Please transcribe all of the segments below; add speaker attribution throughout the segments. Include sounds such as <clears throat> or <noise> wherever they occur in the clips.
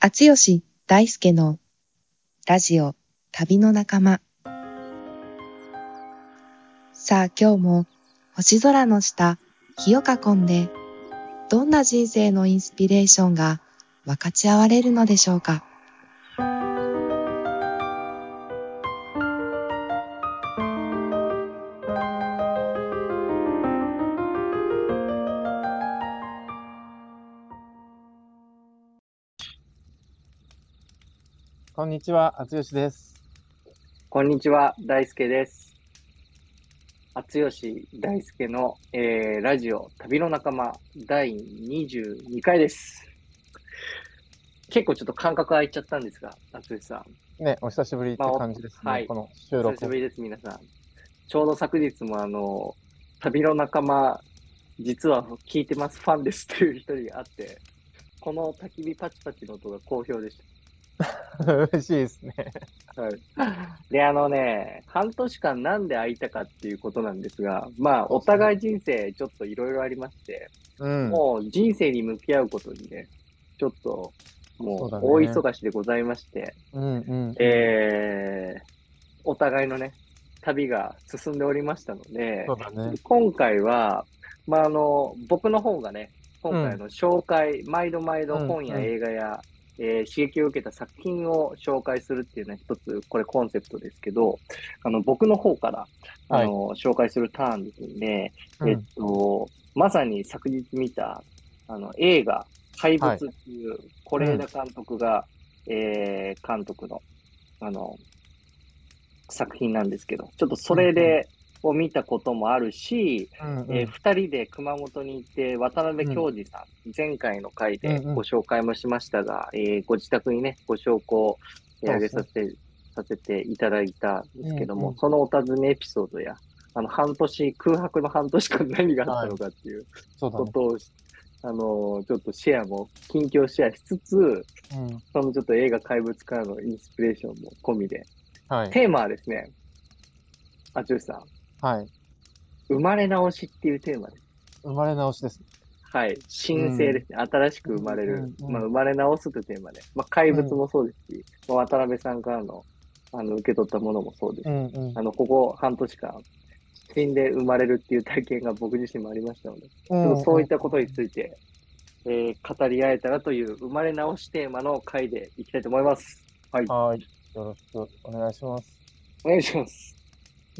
Speaker 1: 厚吉大輔のラジオ旅の仲間さあ今日も星空の下火を囲んでどんな人生のインスピレーションが分かち合われるのでしょうか
Speaker 2: こんにちは、あつよしです。
Speaker 3: こんにちは、大輔です。厚吉大輔の、えーラジオ旅の仲間第22回です。結構ちょっと間隔空いちゃったんですが、厚吉さん。
Speaker 2: ね、お久しぶりって感じですね、
Speaker 3: まあおはい
Speaker 2: この収
Speaker 3: 久
Speaker 2: 録
Speaker 3: し。ぶりです、皆さん。ちょうど昨日もあの、旅の仲間、実は聞いてます、ファンですっていう人に会って、この焚き火パチパチの音が好評でした。
Speaker 2: 嬉しいですね。
Speaker 3: で、あのね、半年間なんで空いたかっていうことなんですが、まあ、お互い人生ちょっといろいろありまして、
Speaker 2: うん。
Speaker 3: もう人生に向き合うことにね、ちょっと、
Speaker 2: そ
Speaker 3: も
Speaker 2: う
Speaker 3: う
Speaker 2: だね
Speaker 3: 大忙しでございまして、
Speaker 2: うんうん。
Speaker 3: えー、お互いのね、旅が進んでおりましたので
Speaker 2: そ、うだね。
Speaker 3: 今回は、まあ、あの、僕の方がね、今回の紹介、毎度毎度本や
Speaker 2: うんうん
Speaker 3: 映画や、えー刺激を受けた作品を紹介するっていうのは一つ、これコンセプトですけど、あの、僕の方から、あの、紹介するターンですので、
Speaker 2: うん
Speaker 3: えっと、まさに昨日見た、あの、映画、怪物っていう、是枝監督が、えー監督の、あの、作品なんですけど、ちょっとそれで、を見たこともあるし、
Speaker 2: うんうん
Speaker 3: え2人で熊本に行って、渡辺京二さん、前回の回で
Speaker 2: うんうん
Speaker 3: ご紹介もしましたが、えーご自宅にね、ご紹介をえー
Speaker 2: そう
Speaker 3: 挙げ
Speaker 2: そう
Speaker 3: させてさせていただいたんですけども、
Speaker 2: うんうん
Speaker 3: そのお尋ねエピソードや、あの半年、空白の半年間何があったのかっていう
Speaker 2: そうだ
Speaker 3: こ
Speaker 2: ね
Speaker 3: とを、あのーちょっとシェアも、近況シェアしつつ、
Speaker 2: うん。
Speaker 3: そのちょっと映画怪物からのインスピレーションも込みで、
Speaker 2: はい。
Speaker 3: テーマはですね、あちゅうさん、
Speaker 2: はい。
Speaker 3: 生まれ直しっていうテーマで
Speaker 2: 生まれ直しです。
Speaker 3: はい、新生ですね、新しく生まれる、
Speaker 2: うんうんうん
Speaker 3: まあ、生まれ直すというテーマで、まあ、怪物もそうですし、まあ渡辺さんからのあの受け取ったものもそうです、
Speaker 2: うんうん
Speaker 3: あ。のここ半年間、死んで生まれるっていう体験が僕自身もありましたので、ちょっとそういったことについて、えー語り合えたらという生まれ直しテーマの回でいきたいと思います。はい、
Speaker 2: うんはい。よろしくお願いします。
Speaker 3: お願いします。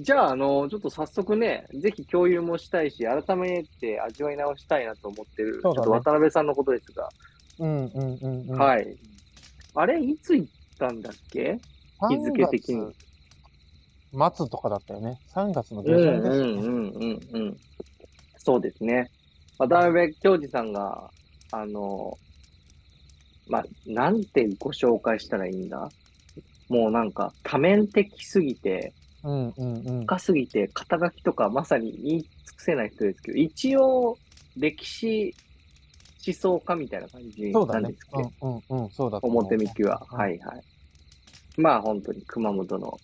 Speaker 3: じゃあ、あの、ちょっと早速ね、ぜひ共有もしたいし、改めて味わい直したいなと思ってる、
Speaker 2: そう
Speaker 3: ち
Speaker 2: だ
Speaker 3: ょっ
Speaker 2: ね
Speaker 3: と渡辺さんのことですが、
Speaker 2: うんうんうんうん。い。
Speaker 3: はい。あれ、いつ行ったんだっけ日付的に
Speaker 2: 3月末とかだったよね。3月の下旬ですね。
Speaker 3: んうんうん。そうですね。渡辺教授さんが、あの、まあ、なんてご紹介したらいいんだもうなんか多面的すぎて、
Speaker 2: うんうんうん。
Speaker 3: 深すぎて、肩書きとかまさに言い尽くせない人ですけど、一応、歴史思想家みたいな感じ
Speaker 2: そうだ
Speaker 3: なん
Speaker 2: ね
Speaker 3: ですっ。け、
Speaker 2: うんうんうん。そうだと思う
Speaker 3: 表向きは。
Speaker 2: うん
Speaker 3: はいはい。まあ本当に熊本の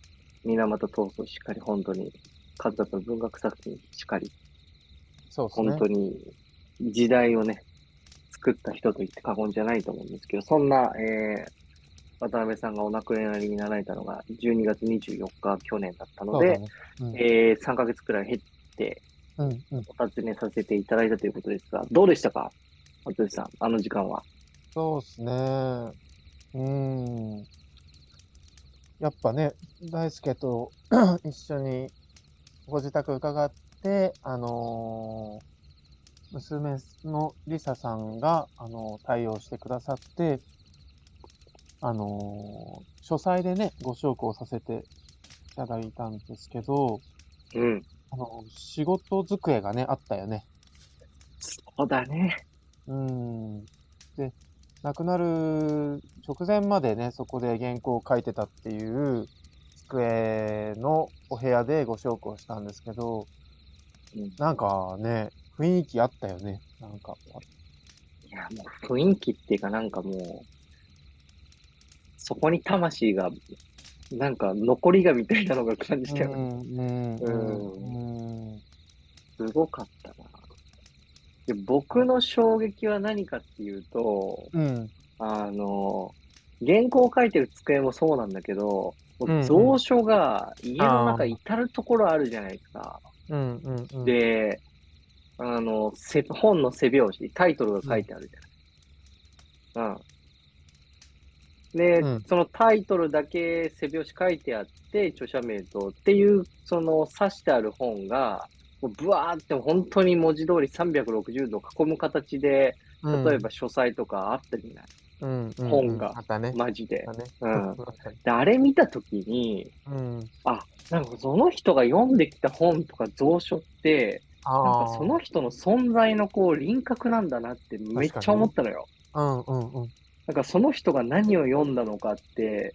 Speaker 3: 水俣闘争しかり、本当に数々の文学作品しかり、
Speaker 2: そうですね。
Speaker 3: 本当に時代をね、作った人と言って過言じゃないと思うんですけど、そんな、えー渡辺さんがお亡くなりになられたのが12月24日、去年だったの
Speaker 2: そうだ
Speaker 3: で、
Speaker 2: ね。うん
Speaker 3: えー3ヶ月くらい減って
Speaker 2: うんうん。
Speaker 3: お尋ねさせていただいたということですが、どうでしたか松吉さん、あの時間は。
Speaker 2: そうですね。うーん。やっぱね、大輔と <clears throat> 一緒にご自宅伺って、あのー娘のりささんが、あのー対応してくださって、あのー書斎でね、ご紹介をさせていただいたんですけど、
Speaker 3: うん。
Speaker 2: あの仕事机がね、あったよね。
Speaker 3: そうだね。
Speaker 2: うん。で、亡くなる直前までね、そこで原稿を書いてたっていう机のお部屋でご紹介をしたんですけど、
Speaker 3: うん
Speaker 2: なんかね、雰囲気あったよね。なんか、
Speaker 3: いや、もう雰囲気っていうか、なんかもう、そこに魂が、なんか残りがみたいなのが感じたよ
Speaker 2: う
Speaker 3: ね。
Speaker 2: ん、うん、うん、うん。
Speaker 3: すごかったな。で僕の衝撃は何かっていうと、
Speaker 2: うん、
Speaker 3: あの、原稿を書いてる机もそうなんだけど、もう
Speaker 2: うんうん
Speaker 3: 蔵書が家の
Speaker 2: あ
Speaker 3: 中
Speaker 2: ー
Speaker 3: 至るところあるじゃないですか。
Speaker 2: うんうんうん。
Speaker 3: で、あの、せ本の背表紙、タイトルが書いてあるじゃない。うん。で、
Speaker 2: うん
Speaker 3: そのタイトルだけ背表紙書いてあって、著者名とっていう、その指してある本が、もうブワーって本当に文字通り360度囲む形で、
Speaker 2: うん
Speaker 3: 例えば、書斎とかあったじゃな
Speaker 2: うん
Speaker 3: い、
Speaker 2: うんうん
Speaker 3: 本が
Speaker 2: あったね。
Speaker 3: マジで
Speaker 2: あ。ったね。
Speaker 3: うんであれ見たときに、
Speaker 2: うん。
Speaker 3: なんかその人が読んできた本とか蔵書って、な
Speaker 2: あ
Speaker 3: ん
Speaker 2: あ。
Speaker 3: かその人の存在のこう輪郭なんだなってめっちゃ思ったのよ。
Speaker 2: うんうんうん。
Speaker 3: なんかその人が何を読んだのかって、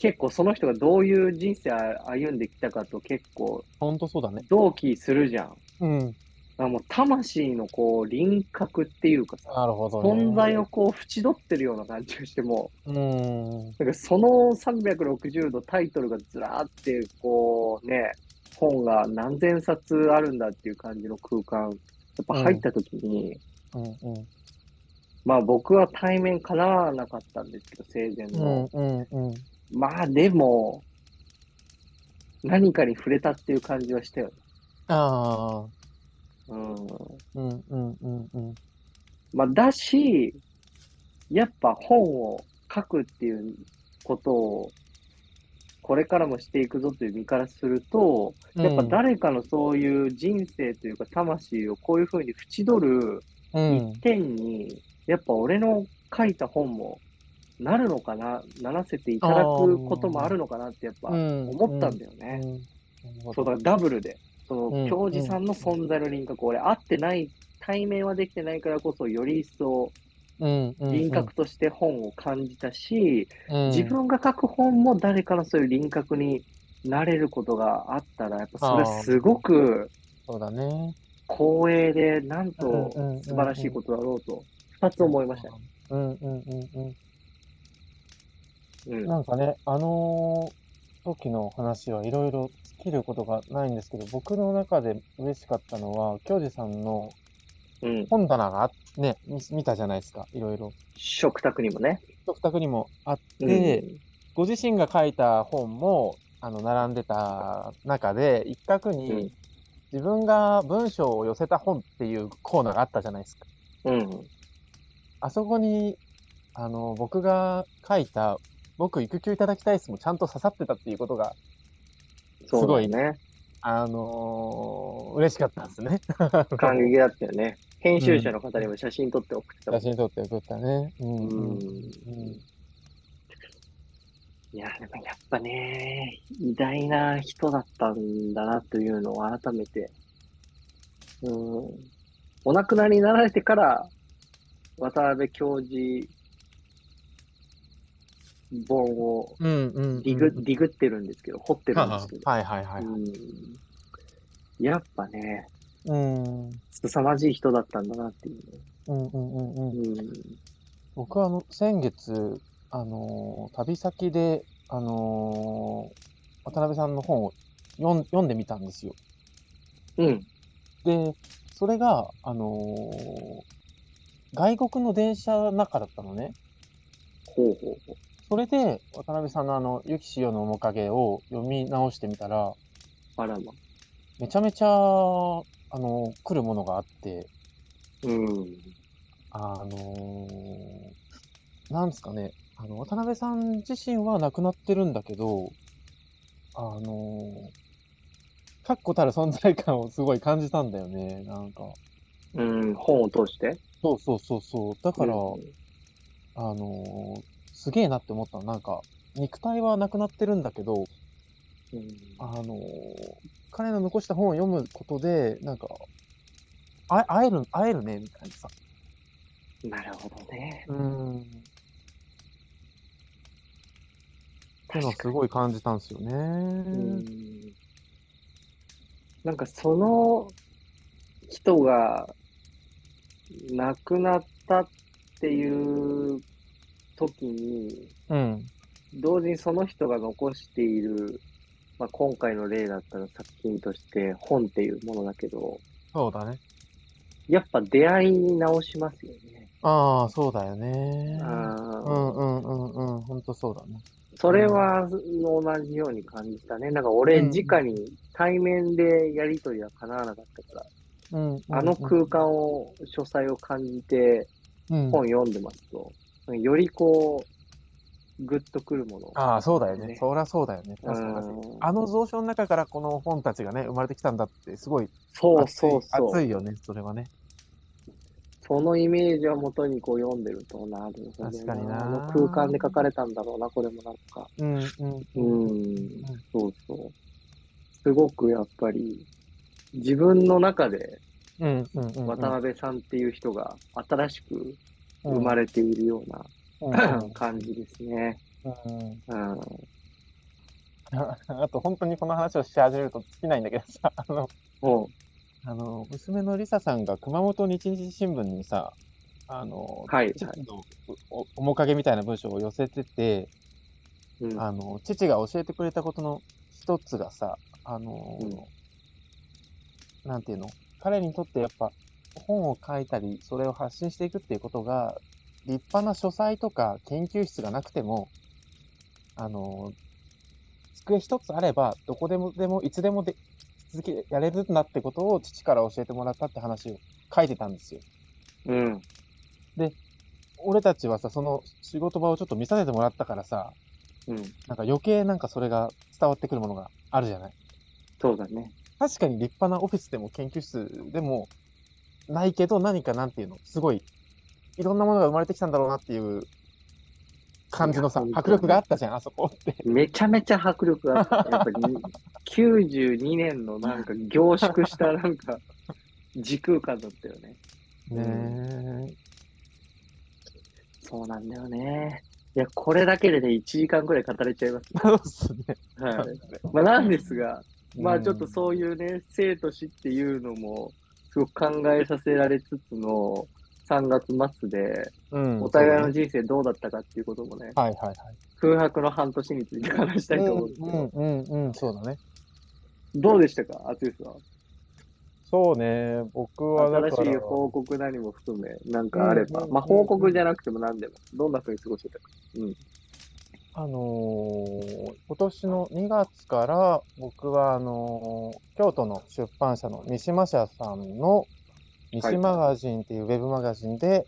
Speaker 3: 結構その人がどういう人生歩んできたかと結構
Speaker 2: ほんとそうだね。
Speaker 3: 同期するじゃん。
Speaker 2: うん。
Speaker 3: あもう魂のこう輪郭っていうかさ、
Speaker 2: なるほどね。
Speaker 3: 存在をこう縁取ってるような感じがしても、
Speaker 2: うん。
Speaker 3: なんかその360度タイトルがずらーってこうね、本が何千冊あるんだっていう感じの空間、やっぱ入った時に、
Speaker 2: うんうん。
Speaker 3: まあ僕は対面かなわなかったんですけど、生前
Speaker 2: う
Speaker 3: の
Speaker 2: ん。うんうん。
Speaker 3: まあでも、何かに触れたっていう感じはしたよね。
Speaker 2: ああ。
Speaker 3: うん。
Speaker 2: うんうんうんうん。
Speaker 3: まあだし、やっぱ本を書くっていうことを、これからもしていくぞという身からすると、やっぱ誰かのそういう人生というか魂をこういうふうに縁取る
Speaker 2: うん。
Speaker 3: 点に、やっぱ俺の書いた本もなるのかな、ならせていただくこともあるのかなってやっぱ思
Speaker 2: 思
Speaker 3: ったんだよね。
Speaker 2: ね。
Speaker 3: そうだからダブルで、その、
Speaker 2: うん
Speaker 3: 教授さんの存在の輪郭、俺会ってない、対面はできてないからこそより一層
Speaker 2: うんうんうん
Speaker 3: 輪郭として本を感じたし、
Speaker 2: うん
Speaker 3: 自分が書く本も誰かのそういう輪郭になれることがあったら、やっぱそれすごく、
Speaker 2: そうだね。
Speaker 3: 光栄で、なんと
Speaker 2: うんうんうんうん
Speaker 3: 素晴らしいことだろうと、二つ思いましたね。
Speaker 2: うんうんうんうん。
Speaker 3: うん。
Speaker 2: なんかね、あの時の話はいろいろ尽きることがないんですけど、僕の中で嬉しかったのは、京二さんの
Speaker 3: うん。
Speaker 2: 本棚があね、見見たじゃないですか、いろいろ。
Speaker 3: 食卓にもね。
Speaker 2: 食卓にもあっ
Speaker 3: う
Speaker 2: て、ご自身が書いた本も、あの、並んでた中で、一角
Speaker 3: ん。うん
Speaker 2: に自分が文章を寄せた本っていうコーナーがあったじゃないですか。
Speaker 3: うん。
Speaker 2: あそこに、あの、僕が書いた、僕育休いただきたいですもちゃんと刺さってたっていうことが、
Speaker 3: そう
Speaker 2: すごい
Speaker 3: だよね。
Speaker 2: あのー嬉しかったんですね。
Speaker 3: 感激だったよね。編集者の方にも写真撮って送ってたも
Speaker 2: 写
Speaker 3: ん。
Speaker 2: 真撮って送ったね。うんうん
Speaker 3: うん
Speaker 2: うん
Speaker 3: いや、でもやっぱね、偉大な人だったんだなというのを改めて、うん、お亡くなりになられてから、渡辺教授本を
Speaker 2: うんうん。
Speaker 3: ディグ、ディグってるんですけど、掘ってるんですけど、
Speaker 2: はいはいはい。
Speaker 3: うん、やっぱね、
Speaker 2: うん。
Speaker 3: 凄まじい人だったんだなっていう
Speaker 2: うんうんうんうん。
Speaker 3: ね。
Speaker 2: 僕はあの、先月、あのー旅先で、あのー渡辺さんの本を読ん読んでみたんですよ。
Speaker 3: うん。うん。
Speaker 2: で、それが、あのー外国の電車の中だったのね。
Speaker 3: ほうほうほ
Speaker 2: それで、渡辺さんのあの、雪潮の面影を読み直してみたら、
Speaker 3: う。あらま。
Speaker 2: めちゃめちゃ、あのー来るものがあって、
Speaker 3: うん。
Speaker 2: あのーなんですかね、あの、渡辺さん自身は亡くなってるんだけど、あのー確固たる存在感をすごい感じたんだよね、なんか。
Speaker 3: うん、本を通して。
Speaker 2: そうそうそうそう。だから、
Speaker 3: うん
Speaker 2: あのーすげえなって思ったのなんか、肉体はなくなってるんだけど、あのー彼の残した本を読むことで、なんか、あ会える、会えるね、みたいなさ。
Speaker 3: なるほどね。
Speaker 2: うん。っていうのは
Speaker 3: 確
Speaker 2: す
Speaker 3: かに。
Speaker 2: ごい感じたんですよね。
Speaker 3: うんなんかその人が亡くなったっていう時に、
Speaker 2: うん。
Speaker 3: 同時にその人が残している、まあ、今回の例だったら作品として本っていうものだけど、
Speaker 2: そうだね。
Speaker 3: やっぱ出会いに直しますよね。
Speaker 2: ああ、そうだよね。
Speaker 3: あ
Speaker 2: うん
Speaker 3: ー
Speaker 2: うん当そうだね。
Speaker 3: それは同じように感じたね。なんか俺、
Speaker 2: うん
Speaker 3: 直に対面でやりとりは叶わなかったから、
Speaker 2: うんうん
Speaker 3: あの空間を、書斎を感じて
Speaker 2: うん
Speaker 3: 本読んでますと、よりこう、グッとくるものを。
Speaker 2: ああ、そうだよね
Speaker 3: ね。
Speaker 2: そりゃそうだよね。
Speaker 3: う
Speaker 2: 確かに確かに。
Speaker 3: ん
Speaker 2: あの蔵書の中からこの本たちがね、生まれてきたんだって、すごい
Speaker 3: そう
Speaker 2: 熱い
Speaker 3: そうそう。
Speaker 2: 熱いよね、それはね。
Speaker 3: そのイメージをもとにこう読んでるとな、でもそれ
Speaker 2: 確かにな
Speaker 3: あの空間で書かれたんだろうな、これもなんか。
Speaker 2: うん、うん。
Speaker 3: うん、そうそう。すごくやっぱり、自分の中で
Speaker 2: うん、うん、うん。
Speaker 3: 渡辺さんっていう人が新しく
Speaker 2: うん
Speaker 3: 生まれているような、
Speaker 2: うん
Speaker 3: 感じですね。
Speaker 2: うんうん <laughs>
Speaker 3: うん。
Speaker 2: あと、本当にこの話をし始めると尽きないんだけどさ、あの、
Speaker 3: おう
Speaker 2: あの、娘のりささんが熊本日日新聞にさ、あの、
Speaker 3: はいはい
Speaker 2: 父のおお面影みたいな文章を寄せてて、
Speaker 3: うん、
Speaker 2: あの、父が教えてくれたことの一つがさ、あの、なんていうの、彼にとってやっぱ本を書いたり、それを発信していくっていうことが、立派な書斎とか研究室がなくても、あの、机一つあれば、どこでも、でも、いつでもで、続け、やれるんだってことを父から教えてもらったって話を書いてたんですよ。
Speaker 3: うん。
Speaker 2: 俺たちはさ、その仕事場をちょっと見させてもらったからさ、
Speaker 3: うん。
Speaker 2: なんか余計なんかそれが伝わってくるものがあるじゃない。
Speaker 3: そうだね。
Speaker 2: 確かに立派なオフィスでも研究室でもないけど、何かなんていうの、すごい、いろんなものが生まれてきたんだろうなっていう感じのさ
Speaker 3: い、や
Speaker 2: 迫力があったじゃん、あそこって。
Speaker 3: めちゃめちゃ迫力があった。やっぱり92年のなんか凝縮したなんか時空間だったよね。
Speaker 2: ね
Speaker 3: そうなんだよね。いや、これだけでね、1時間ぐらい語れちゃいます。
Speaker 2: え。 <laughs> そうっすね。
Speaker 3: はい。まあ、なんですが、まあちょっと
Speaker 2: う
Speaker 3: そういうね、生と死っていうのも、すごく考えさせられつつの3月末で、
Speaker 2: ん、うん、
Speaker 3: お互いの
Speaker 2: そう
Speaker 3: 人生どうだったかっていうこともね、
Speaker 2: だねはいはいはい。
Speaker 3: 空白の半年について話したいと思うんですけ
Speaker 2: う
Speaker 3: ど、
Speaker 2: んうんうんうん、そうだね。
Speaker 3: どうでしたか、淳さん。
Speaker 2: そうね、僕はだから
Speaker 3: 新しい報告何も含め、なんかあれば、
Speaker 2: うんうん
Speaker 3: まあ報告じゃなくても何でも、どんな風に過ごしてたか。
Speaker 2: あのー今年の2月から僕はあのー京都の出版社の三島社さんの三
Speaker 3: はい
Speaker 2: 島マガジンっていうウェブマガジンで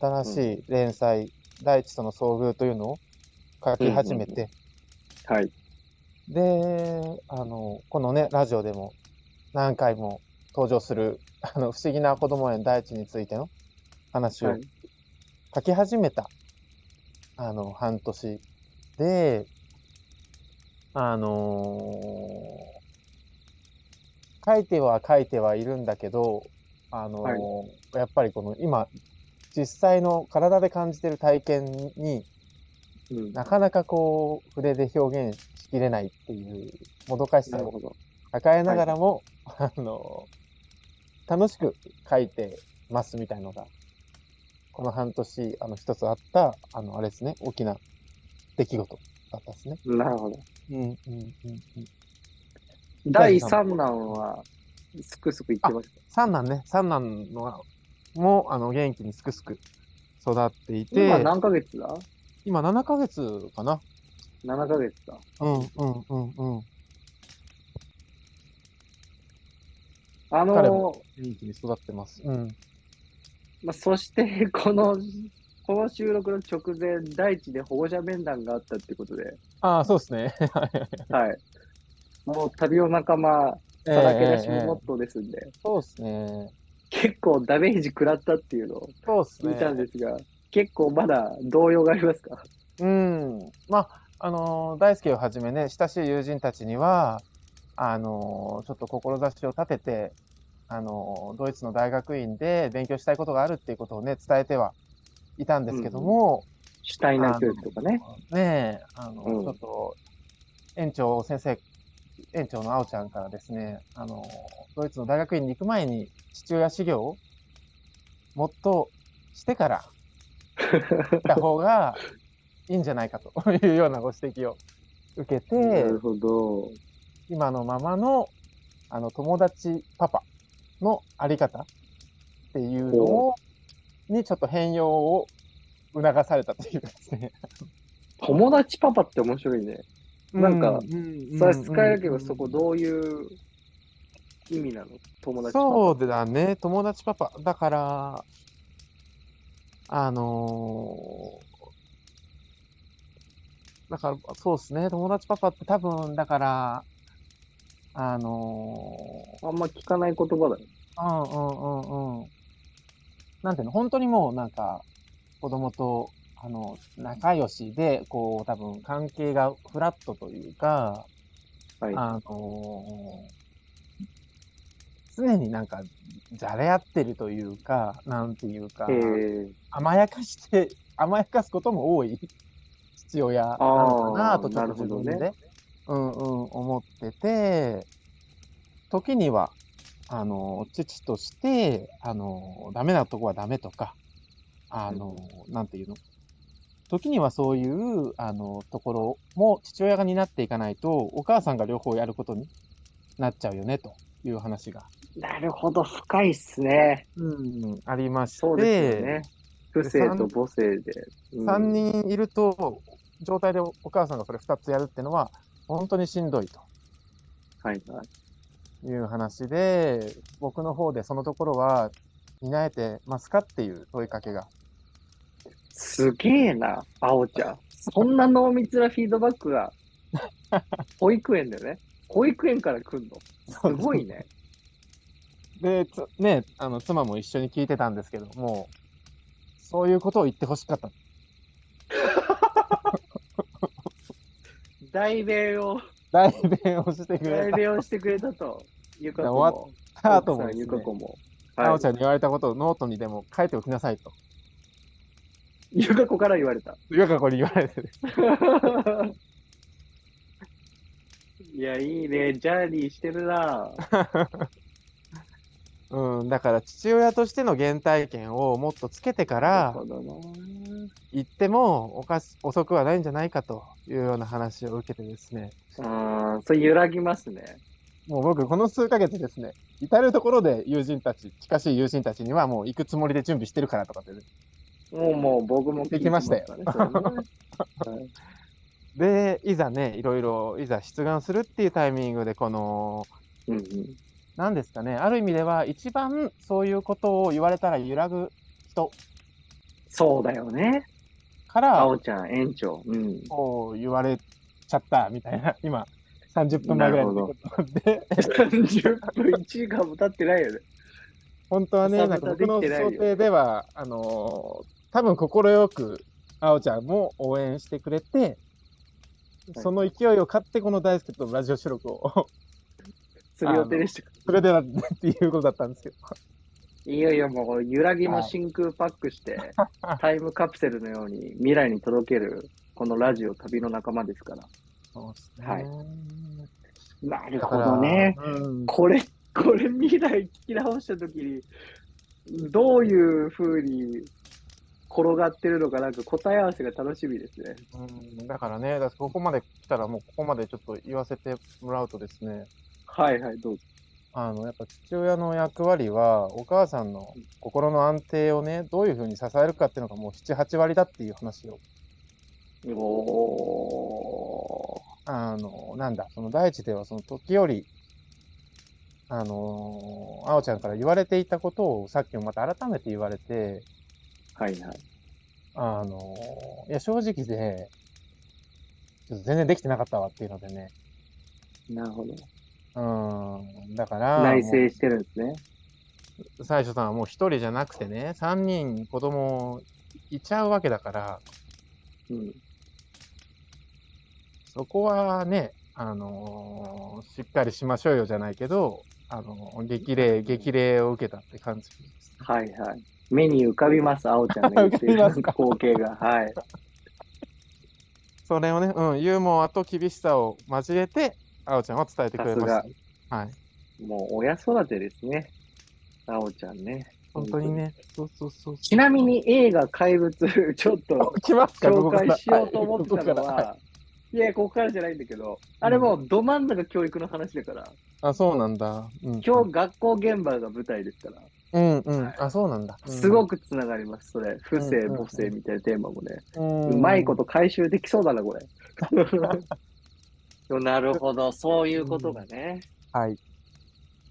Speaker 2: 新しい連載、大地との遭遇というのを書き始めて、
Speaker 3: はい。
Speaker 2: で、あの、このね、ラジオでも何回も登場する、 <laughs> あの、不思議な子供園大地についての話
Speaker 3: は
Speaker 2: を
Speaker 3: い
Speaker 2: 書き始めた、あの、半年で、あのー書いては書いてはいるんだけど、あのーやっぱりこの今、実際の体で感じてる体験に、
Speaker 3: うん、
Speaker 2: な
Speaker 3: な
Speaker 2: かなかこう、筆で表現しきれないっていう、もどかしさ
Speaker 3: る
Speaker 2: を
Speaker 3: ほど。
Speaker 2: 抱えながらも、あの、楽しく書いてますみたいのが、この半年、あの、一つあった、あの、あれですね、大きな出来事だったですね。
Speaker 3: なるほど。
Speaker 2: うん、うん、うん、うん。
Speaker 3: 第3弾は、すくすくいってました。
Speaker 2: 三男ね、三男のも、あの、元気にすくすく育っていて、
Speaker 3: 今
Speaker 2: 今
Speaker 3: 何ヶ月だ
Speaker 2: 7ヶ月かな。
Speaker 3: ?7 ヶ月だ。
Speaker 2: うん、うん、うん、うん。
Speaker 3: あの
Speaker 2: 彼
Speaker 3: ー
Speaker 2: も、元気に育ってます。うん。
Speaker 3: まあ、そして、 <laughs> この、この収録の直前、大地で保護者面談があったってことで、
Speaker 2: ああ、そうですね。 <laughs> はい
Speaker 3: はい。もう旅の仲間、さらけ出しのモットーですんで、
Speaker 2: そうですね。
Speaker 3: 結構ダメージ食らったっていうのを
Speaker 2: そうです
Speaker 3: 聞い
Speaker 2: ね。
Speaker 3: たんですが、結構まだ動揺がありますか
Speaker 2: うん。まあ、あのー大輔をはじめね、親しい友人たちには、あのーちょっと志を立てて、あのードイツの大学院で勉強したいことがあるっていうことをね、伝えてはいたんですけども、
Speaker 3: 主体な教育とかね。
Speaker 2: ねえ、あのー
Speaker 3: うん
Speaker 2: ちょっと、園長先生、園長の青ちゃんからですね、あのードイツの大学院に行く前に父親修行をもっとしてから、った方がいいんじゃないかというようなご指摘を受け
Speaker 3: な
Speaker 2: て、
Speaker 3: るほど。
Speaker 2: 今のままのあの友達パパのあり方っていうのをにちょっと変容を促されたというかですね。
Speaker 3: 友達パパって面白いね。なんか差し支えだけど、そこ
Speaker 2: う
Speaker 3: どういう意味なの友達パパ。
Speaker 2: そうだね、友達パパ。だから、あのーだから、そうですね、友達パパって多分、だから、あのー
Speaker 3: あんま聞かない言葉だね。
Speaker 2: うんうんうんうん。なんていうの、本当にもうなんか、子供と、あの、仲良しで、こう、多分関係がフラットというか、
Speaker 3: はい。
Speaker 2: あのー常になんか、じゃれ合ってるというか、なんていうか
Speaker 3: え、ー、
Speaker 2: 甘やかして、甘やかすことも多
Speaker 3: <laughs>
Speaker 2: い父親なのかなと、ちょっと自分で、
Speaker 3: な
Speaker 2: うんうん、思ってて、時には、あの、父として、あの、ダメなとこはダメとか、あの、なんていうの時にはそういう、あの、ところも父親が担っていかないと、お母さんが両方やることになっちゃうよね、という話が、
Speaker 3: なるほど、深いっすね。
Speaker 2: うん、ありまして、
Speaker 3: そうですよね。不正と母性で。うん
Speaker 2: 3人いると、状態でお母さんがそれ2つやるってのは、本当にしんどいと
Speaker 3: はいはい。
Speaker 2: いう話で、僕の方でそのところは担えてますかっていう問いかけが。
Speaker 3: すげえな、あおちゃん。そんな濃密なフィードバッ
Speaker 2: <laughs>
Speaker 3: クが、保育園だよね。保育園から来んの。すごいね。
Speaker 2: <laughs> で、つね、あの、妻も一緒に聞いてたんですけども、そういうことを言ってほしかった。
Speaker 3: 代
Speaker 2: <laughs>
Speaker 3: 弁を、
Speaker 2: 代弁をしてく
Speaker 3: 代
Speaker 2: れ
Speaker 3: 弁をしてくれたと。ゆかこ
Speaker 2: 終わ
Speaker 3: も。
Speaker 2: た後
Speaker 3: 奥
Speaker 2: もで
Speaker 3: さ
Speaker 2: す
Speaker 3: んゆ
Speaker 2: ね、
Speaker 3: かこも。
Speaker 2: な
Speaker 3: は
Speaker 2: おちゃんに言われたことをノートにでも書いておきなさいと。
Speaker 3: い。ゆかこ <laughs> から言われた。
Speaker 2: ゆかこに言われてる。
Speaker 3: いや、いいね。ジャーニーしてるな。
Speaker 2: うん、だから父親としての原体験をもっとつけてから、
Speaker 3: なるほどな
Speaker 2: 行ってもおかし遅くはないんじゃないかというような話を受けてですね、
Speaker 3: あーそれ揺らぎますね。
Speaker 2: もう僕、この数ヶ月ですね、至るところで友人たち、近しい友人たちにはもう行くつもりで準備してるからとかってね。
Speaker 3: もうもう僕も聞いてねそれねはい
Speaker 2: で、いざね、いろいろ、いざ出願するっていうタイミングで、この、
Speaker 3: うんうん
Speaker 2: 何ですかね、ある意味では一番そういうことを言われたら揺らぐ人
Speaker 3: そうだよね。
Speaker 2: か
Speaker 3: あ
Speaker 2: ら、
Speaker 3: おちゃん、園長。
Speaker 2: <laughs>
Speaker 3: うん。
Speaker 2: こう言われちゃったみたいな、今、30分前ぐらいのことで、
Speaker 3: 30分、1時間も経ってないよね。
Speaker 2: 本当はね、
Speaker 3: ま
Speaker 2: な
Speaker 3: た
Speaker 2: んか僕の
Speaker 3: できてないよ
Speaker 2: 想定では、あのー多分快く、あおちゃんも応援してくれて、
Speaker 3: はい
Speaker 2: その勢いを買って、この大輔とのラジオ収録を <laughs>
Speaker 3: する予定でしたか
Speaker 2: それではっていうことだったんですけど、
Speaker 3: ら。いよいよもう、揺らぎも真空パッ
Speaker 2: <laughs>
Speaker 3: クして、タイムカプセルのように未来に届ける、このラジオ旅の仲間ですから。
Speaker 2: そうです
Speaker 3: ねはいなる
Speaker 2: だ
Speaker 3: ほ
Speaker 2: か
Speaker 3: ど
Speaker 2: ら
Speaker 3: ね。
Speaker 2: うん
Speaker 3: これ、これ未来聞き直したときに、どういう風に転がってるのか、なんか答え合わせが楽しみですね。
Speaker 2: うんだからね、だってここまで来たら、もうここまでちょっと言わせてもらうとですね、
Speaker 3: はいはい、どうぞ。
Speaker 2: あのやっぱ父親の役割は、お母さんの心の安定をね、どういうふうに支えるかっていうのが、もう7、8割だっていう話を
Speaker 3: お
Speaker 2: あの、なんだ、その第一ではその時より、あのー、あおちゃんから言われていたことをさっきもまた改めて言われて、
Speaker 3: ー。はいはい。
Speaker 2: あのー、いや、正直で、ちょっと全然できてなかったわっていうのでね。
Speaker 3: なるほど。
Speaker 2: うん、だから、
Speaker 3: 内
Speaker 2: も
Speaker 3: 省してるんですね。
Speaker 2: う最初さんはもう一人じゃなくてね、三人子供いちゃうわけだから、
Speaker 3: うん。
Speaker 2: そこはね、あのーしっかりしましょうよじゃないけど、あのー激励、激励を受けたって感じです。
Speaker 3: はいはい。目に浮かびます、あおちゃんの言って
Speaker 2: <laughs> 浮か
Speaker 3: いる
Speaker 2: びます
Speaker 3: 光
Speaker 2: か
Speaker 3: 景が。はい。
Speaker 2: それをね、うん、ユーモアと厳しさを交えて、あおちゃんは伝えてくれました
Speaker 3: さ。
Speaker 2: はい。
Speaker 3: もう親育てですね。あおちゃんね。
Speaker 2: 本当に。ね。そうそうそう
Speaker 3: ちなみに映画怪物、ちょっと
Speaker 2: 来ますか
Speaker 3: 紹介しようと思って
Speaker 2: ここ
Speaker 3: た
Speaker 2: か
Speaker 3: の
Speaker 2: ら
Speaker 3: は、
Speaker 2: はい
Speaker 3: い、や、ここからじゃないんだけど、あれもうど真ん中教育の話だから、
Speaker 2: あ、そうなんだ。うん、
Speaker 3: 今日学校現場が舞台ですか
Speaker 2: う
Speaker 3: ら、
Speaker 2: んうん。あ、そうなんだ。
Speaker 3: すご
Speaker 2: く、
Speaker 3: くつながります、それ。不正、
Speaker 2: うんうんうん
Speaker 3: 母性みたいなテーマもね。
Speaker 2: う
Speaker 3: うんまいこと回収できそうだな、これ。
Speaker 2: <laughs>
Speaker 3: なるほど、そういうことがね。
Speaker 2: はい。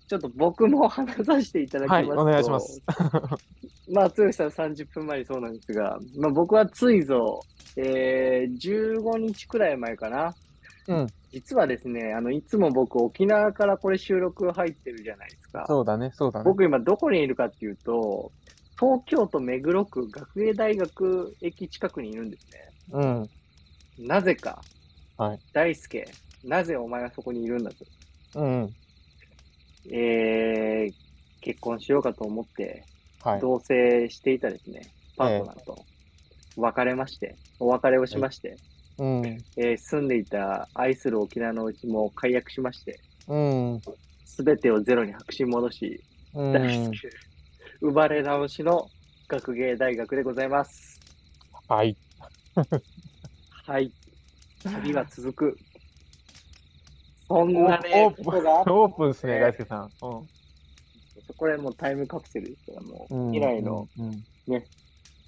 Speaker 3: ちょっと僕も話させていただきますと
Speaker 2: はいお願いします。
Speaker 3: まあ、剛さん30分前にそうなんですが、まあ、僕はついぞ、えー、15日くらい前かな。
Speaker 2: うん。
Speaker 3: 実はですね、あの、いつも僕、沖縄からこれ収録入ってるじゃないですか。
Speaker 2: そうだね、そうだね。
Speaker 3: 僕今どこにいるかっていうと、東京都目黒区学芸大学駅近くにいるんですね。
Speaker 2: うん。
Speaker 3: なぜか。
Speaker 2: はい
Speaker 3: 大輔、なぜお前はそこにいるんだと。
Speaker 2: うん。
Speaker 3: えー、結婚しようかと思って、
Speaker 2: はい。
Speaker 3: 同棲していたですね、パートナーと別れまして、お別れをしまして、
Speaker 2: うん。
Speaker 3: えー住んでいた愛する沖縄のうちも解約しまして、
Speaker 2: うん。
Speaker 3: すべてをゼロに白紙戻し、
Speaker 2: う
Speaker 3: 大好
Speaker 2: ん。
Speaker 3: き生まれ直しの学芸大学でございます。
Speaker 2: はい。
Speaker 3: はい。旅は続く。そんな
Speaker 2: お
Speaker 3: ね
Speaker 2: お、
Speaker 3: ことがあって
Speaker 2: <laughs> オープンですね、大輔さん。うん
Speaker 3: これもうタイムカプセルですから、も
Speaker 2: うん
Speaker 3: う、未来の。
Speaker 2: うん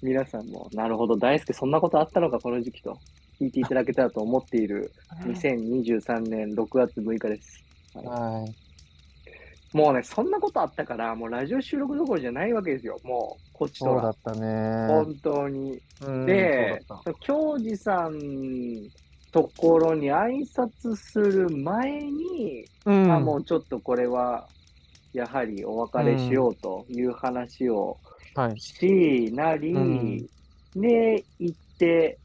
Speaker 3: 皆さんも、なるほど、大輔そんなことあったのか、この時期と、聞いていただけたらと思っている、2023年6月6日です。
Speaker 2: はい。
Speaker 3: もうね、そんなことあったから、もうラジオ収録どころじゃないわけですよ、もう、こっちと
Speaker 2: そうだ
Speaker 3: ら。
Speaker 2: ったね。
Speaker 3: 本当に。
Speaker 2: うん
Speaker 3: で
Speaker 2: そうだっ、
Speaker 3: 京二さんところに挨拶する前に、
Speaker 2: たうん。
Speaker 3: あもうちょっとこれは、やはりお別れしようという話を
Speaker 2: はい。
Speaker 3: しなり、
Speaker 2: うん
Speaker 3: で、行って、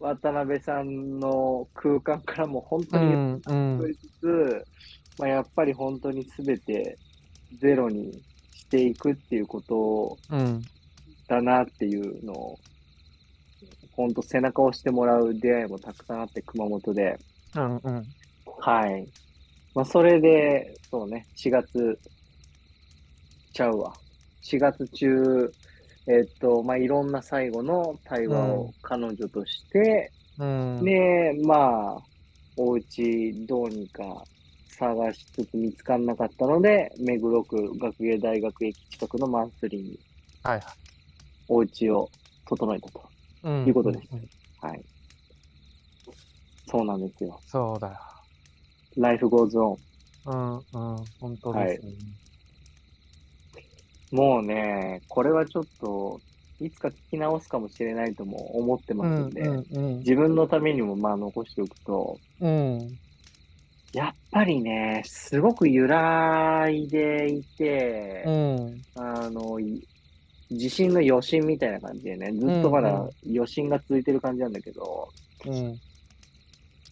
Speaker 3: 渡辺さんの空間からも本
Speaker 2: う
Speaker 3: 当に
Speaker 2: ん。うん
Speaker 3: 取りつつ、まあ、やっぱり本当に全てゼロにしていくっていうことを
Speaker 2: うん。
Speaker 3: だなっていうのを、ほんと背中を押してもらう出会いもたくさんあって、熊本で。
Speaker 2: うん。うん。
Speaker 3: はい。まあ、それで、そうね、4月、ちゃうわ。4月中、えっと、まあ、いろんな最後の対話
Speaker 2: う
Speaker 3: を
Speaker 2: ん
Speaker 3: 彼女として、
Speaker 2: うん。
Speaker 3: で、まあ、お家どうにか探しつつ見つからなかったので、目黒区学芸大学駅近くのマンスリーに
Speaker 2: はい。
Speaker 3: お家を整えたと。
Speaker 2: うん。
Speaker 3: いうことです
Speaker 2: うん。
Speaker 3: はい。そうなんですよ。
Speaker 2: そうだよ。
Speaker 3: Life goes on。
Speaker 2: うん。うん。本当ですね。
Speaker 3: もうね、これはちょっと、いつか聞き直すかもしれないとも思って
Speaker 2: う
Speaker 3: ます
Speaker 2: ん。
Speaker 3: んで、
Speaker 2: うん。
Speaker 3: 自分のためにもまあ残しておくと、
Speaker 2: うん。
Speaker 3: やっぱりね、すごく揺らいでいて、
Speaker 2: うん。
Speaker 3: あの、い地震の余震みたいな感じでね、ずっとま
Speaker 2: うん
Speaker 3: だ
Speaker 2: うん
Speaker 3: 余震が続いてる感じなんだけど、
Speaker 2: うん。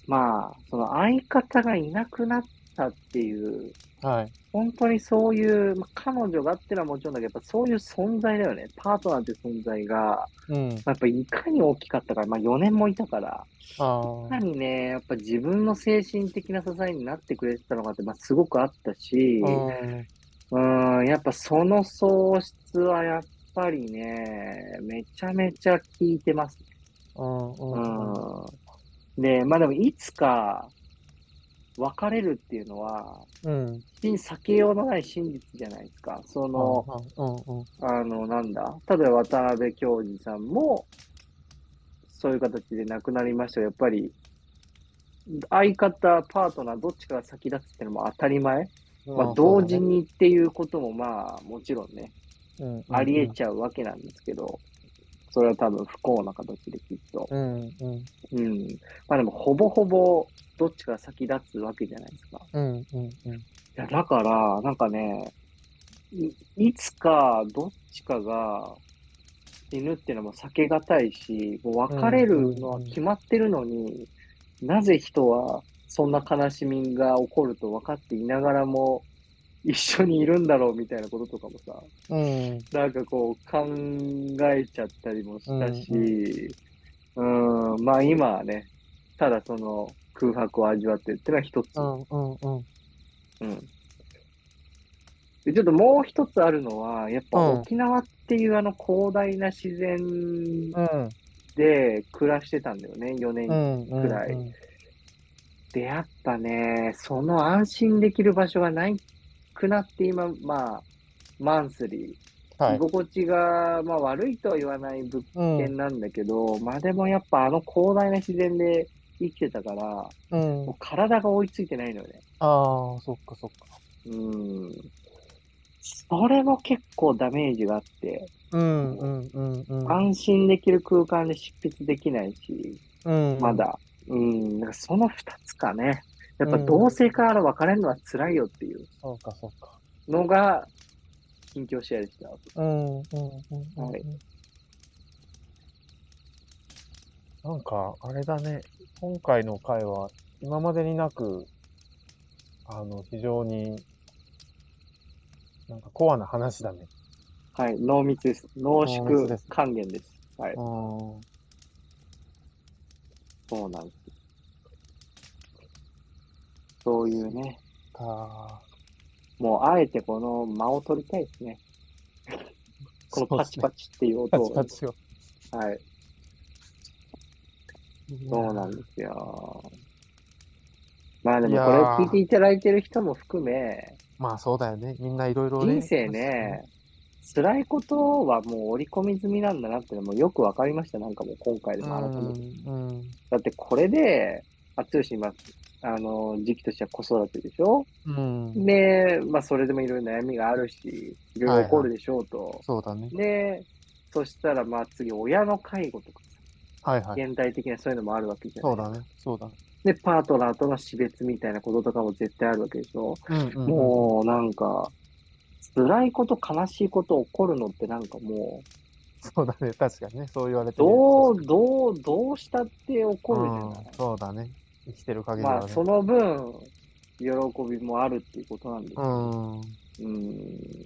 Speaker 3: まあ、その相方がいなくなったっていう
Speaker 2: はい。
Speaker 3: 本当にそういう、まあ彼女がってのはもちろんだけど、やっぱそういう存在だよね。パートナーっていう存在が、ま
Speaker 2: うん。
Speaker 3: あやっぱいかに大きかったか、まあ4年もいたから、
Speaker 2: あ
Speaker 3: い
Speaker 2: あ
Speaker 3: か。にね、やっぱ自分の精神的な支えになってくれてたのかって、まあすごくあったし、
Speaker 2: うん。
Speaker 3: うん、やっぱその喪失はやっぱりね、めちゃめちゃ効いてますね。
Speaker 2: うん。う。
Speaker 3: うんん。で、まあでもいつか別れるっていうのは、
Speaker 2: うん。
Speaker 3: 真避けようのない真実じゃないですか。その、
Speaker 2: うん。うん。
Speaker 3: あの、なんだ、例えば渡辺教授さんも、そういう形で亡くなりましたがやっぱり、相方、パートナー、どっちかが先立つっていうのも当たり前。まあ、同時にっていうことも、まあ、もちろんね、ありえちゃうわけなんですけど、それは多分不幸な形できっと。
Speaker 2: うん。うん。
Speaker 3: うん。まあでも、ほぼほぼ、どっちかが先立つわけじゃないですか。
Speaker 2: うん。うん。
Speaker 3: いや、だから、なんかね、いいつかどっちかが死ぬっていうのも避けがたいし、もう別れるのは決まってるのに、なぜ人はそんな悲しみが起こると分かっていながらも一緒にいるんだろうみたいなこととかもさ、
Speaker 2: うん。
Speaker 3: なんかこう考えちゃったりもしたし、うん、まあ今はね、ただその空白を味わってるっていうのは一つ。
Speaker 2: うん。うん。うん。
Speaker 3: うん。で、ちょっともう一つあるのは、やっぱ
Speaker 2: うん
Speaker 3: 沖縄っていうあの広大な自然
Speaker 2: うん。
Speaker 3: で暮らしてたんだよね、4年。
Speaker 2: うん。うん。
Speaker 3: で、やっぱね、その安心できる場所がないくなって今、まあ、マンスリー、
Speaker 2: はい
Speaker 3: 居。心地が、まあ、悪いとは言わない物
Speaker 2: うん。
Speaker 3: 件なんだけど、まあでもやっぱあの広大な自然で生きてたから、
Speaker 2: うん
Speaker 3: もう。体が追いついてないのよね。
Speaker 2: ああ、そっかそっか。
Speaker 3: うん。それも結構ダメージがあって、
Speaker 2: うんうんうんうん。
Speaker 3: 安心できる空間で執筆できないし、
Speaker 2: うん。
Speaker 3: ま。だ、うん、なんかその二つかね。やっぱ同性から別れるのは辛いよっていう
Speaker 2: そうかそうか。
Speaker 3: のが、近況試合でした。
Speaker 2: うんうんうんうん。
Speaker 3: はい
Speaker 2: なんか、あれだね。今回の回は、今までになく、あの、非常に、なんかコアな話だね。
Speaker 3: はい、濃密です。
Speaker 2: 濃
Speaker 3: 濃
Speaker 2: 密で
Speaker 3: 縮
Speaker 2: す
Speaker 3: 還元です。は
Speaker 2: う
Speaker 3: い、
Speaker 2: ん。
Speaker 3: そうなんです。そういうね、
Speaker 2: か
Speaker 3: もうあえてこの間を取りたいですね。このパチパ
Speaker 2: チ。
Speaker 3: チっていう
Speaker 2: パ
Speaker 3: 音を
Speaker 2: チ。パチを。
Speaker 3: はい、そうなんですよ。まあでもこれを聞いていただいてる人も含め、
Speaker 2: まあそうだよね。みんないろいろね。
Speaker 3: 人生ね、辛いことはもう織り込み済みなんだなってのもよくわかりました、なんかもう今回で
Speaker 2: う
Speaker 3: も改めて。
Speaker 2: ん。うん。
Speaker 3: だってこれで、あ、つよし今、あの、時期としては子育てでしょ
Speaker 2: うん。
Speaker 3: で、まあそれでもいろいろ悩みがあるし、いろいろ起こるでしょうと。
Speaker 2: そうだね。
Speaker 3: で、そしたらまあ次、親の介護とか、
Speaker 2: はいはい。
Speaker 3: 現代的なそういうのもあるわけじゃな
Speaker 2: そ
Speaker 3: いう
Speaker 2: だね。そうだね。
Speaker 3: で、パートナーとの死別みたいなこととかも絶対あるわけでしょ、
Speaker 2: うんうんうん。
Speaker 3: もうなんか、辛いこと、悲しいこと起こるのってなんかもう、
Speaker 2: そうだね、確かにね、そう言われてみる
Speaker 3: ど
Speaker 2: と
Speaker 3: う、どう、どうしたって起こるじゃ
Speaker 2: う
Speaker 3: ない
Speaker 2: ん、、そうだね、生きてる限り
Speaker 3: ま
Speaker 2: は
Speaker 3: あ、
Speaker 2: ね。
Speaker 3: その分、喜びもあるっていうことなんですよ
Speaker 2: うん、
Speaker 3: うん。い